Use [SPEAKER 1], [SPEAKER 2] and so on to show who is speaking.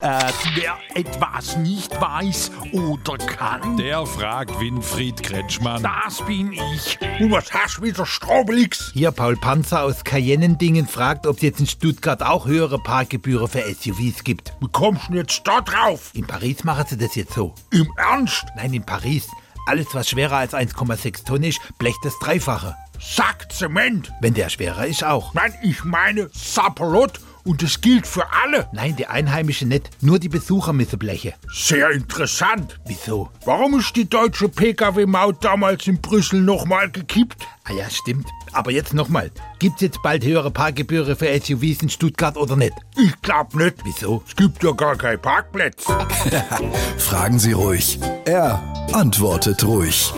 [SPEAKER 1] Äh, wer etwas nicht weiß oder kann,
[SPEAKER 2] Der fragt Winfried Kretschmann.
[SPEAKER 1] das bin ich.
[SPEAKER 3] Du, was hast du wieder Strobelix?
[SPEAKER 4] Hier, Paul Panzer aus Cayennendingen fragt, ob es jetzt in Stuttgart auch höhere Parkgebühren für SUVs gibt.
[SPEAKER 3] Wie kommst du denn jetzt da drauf?
[SPEAKER 4] In Paris machen sie das jetzt so.
[SPEAKER 3] Im Ernst?
[SPEAKER 4] Nein, in Paris. Alles, was schwerer als 1,6 Tonnen ist, blecht das Dreifache.
[SPEAKER 3] Sack Zement.
[SPEAKER 4] Wenn der schwerer ist, auch.
[SPEAKER 3] Nein, ich meine Sapperlot und das gilt für alle.
[SPEAKER 4] Nein, die Einheimischen nicht. Nur die Besucher müssen blechen.
[SPEAKER 3] Sehr interessant.
[SPEAKER 4] Wieso?
[SPEAKER 3] Warum ist die deutsche Pkw-Maut damals in Brüssel nochmal gekippt?
[SPEAKER 4] Ah ja, stimmt. Aber jetzt nochmal. Gibt's jetzt bald höhere Parkgebühren für SUVs in Stuttgart oder nicht?
[SPEAKER 3] Ich glaub nicht.
[SPEAKER 4] Wieso?
[SPEAKER 3] Es gibt ja gar kein Parkplatz.
[SPEAKER 5] Fragen Sie ruhig. Er antwortet ruhig.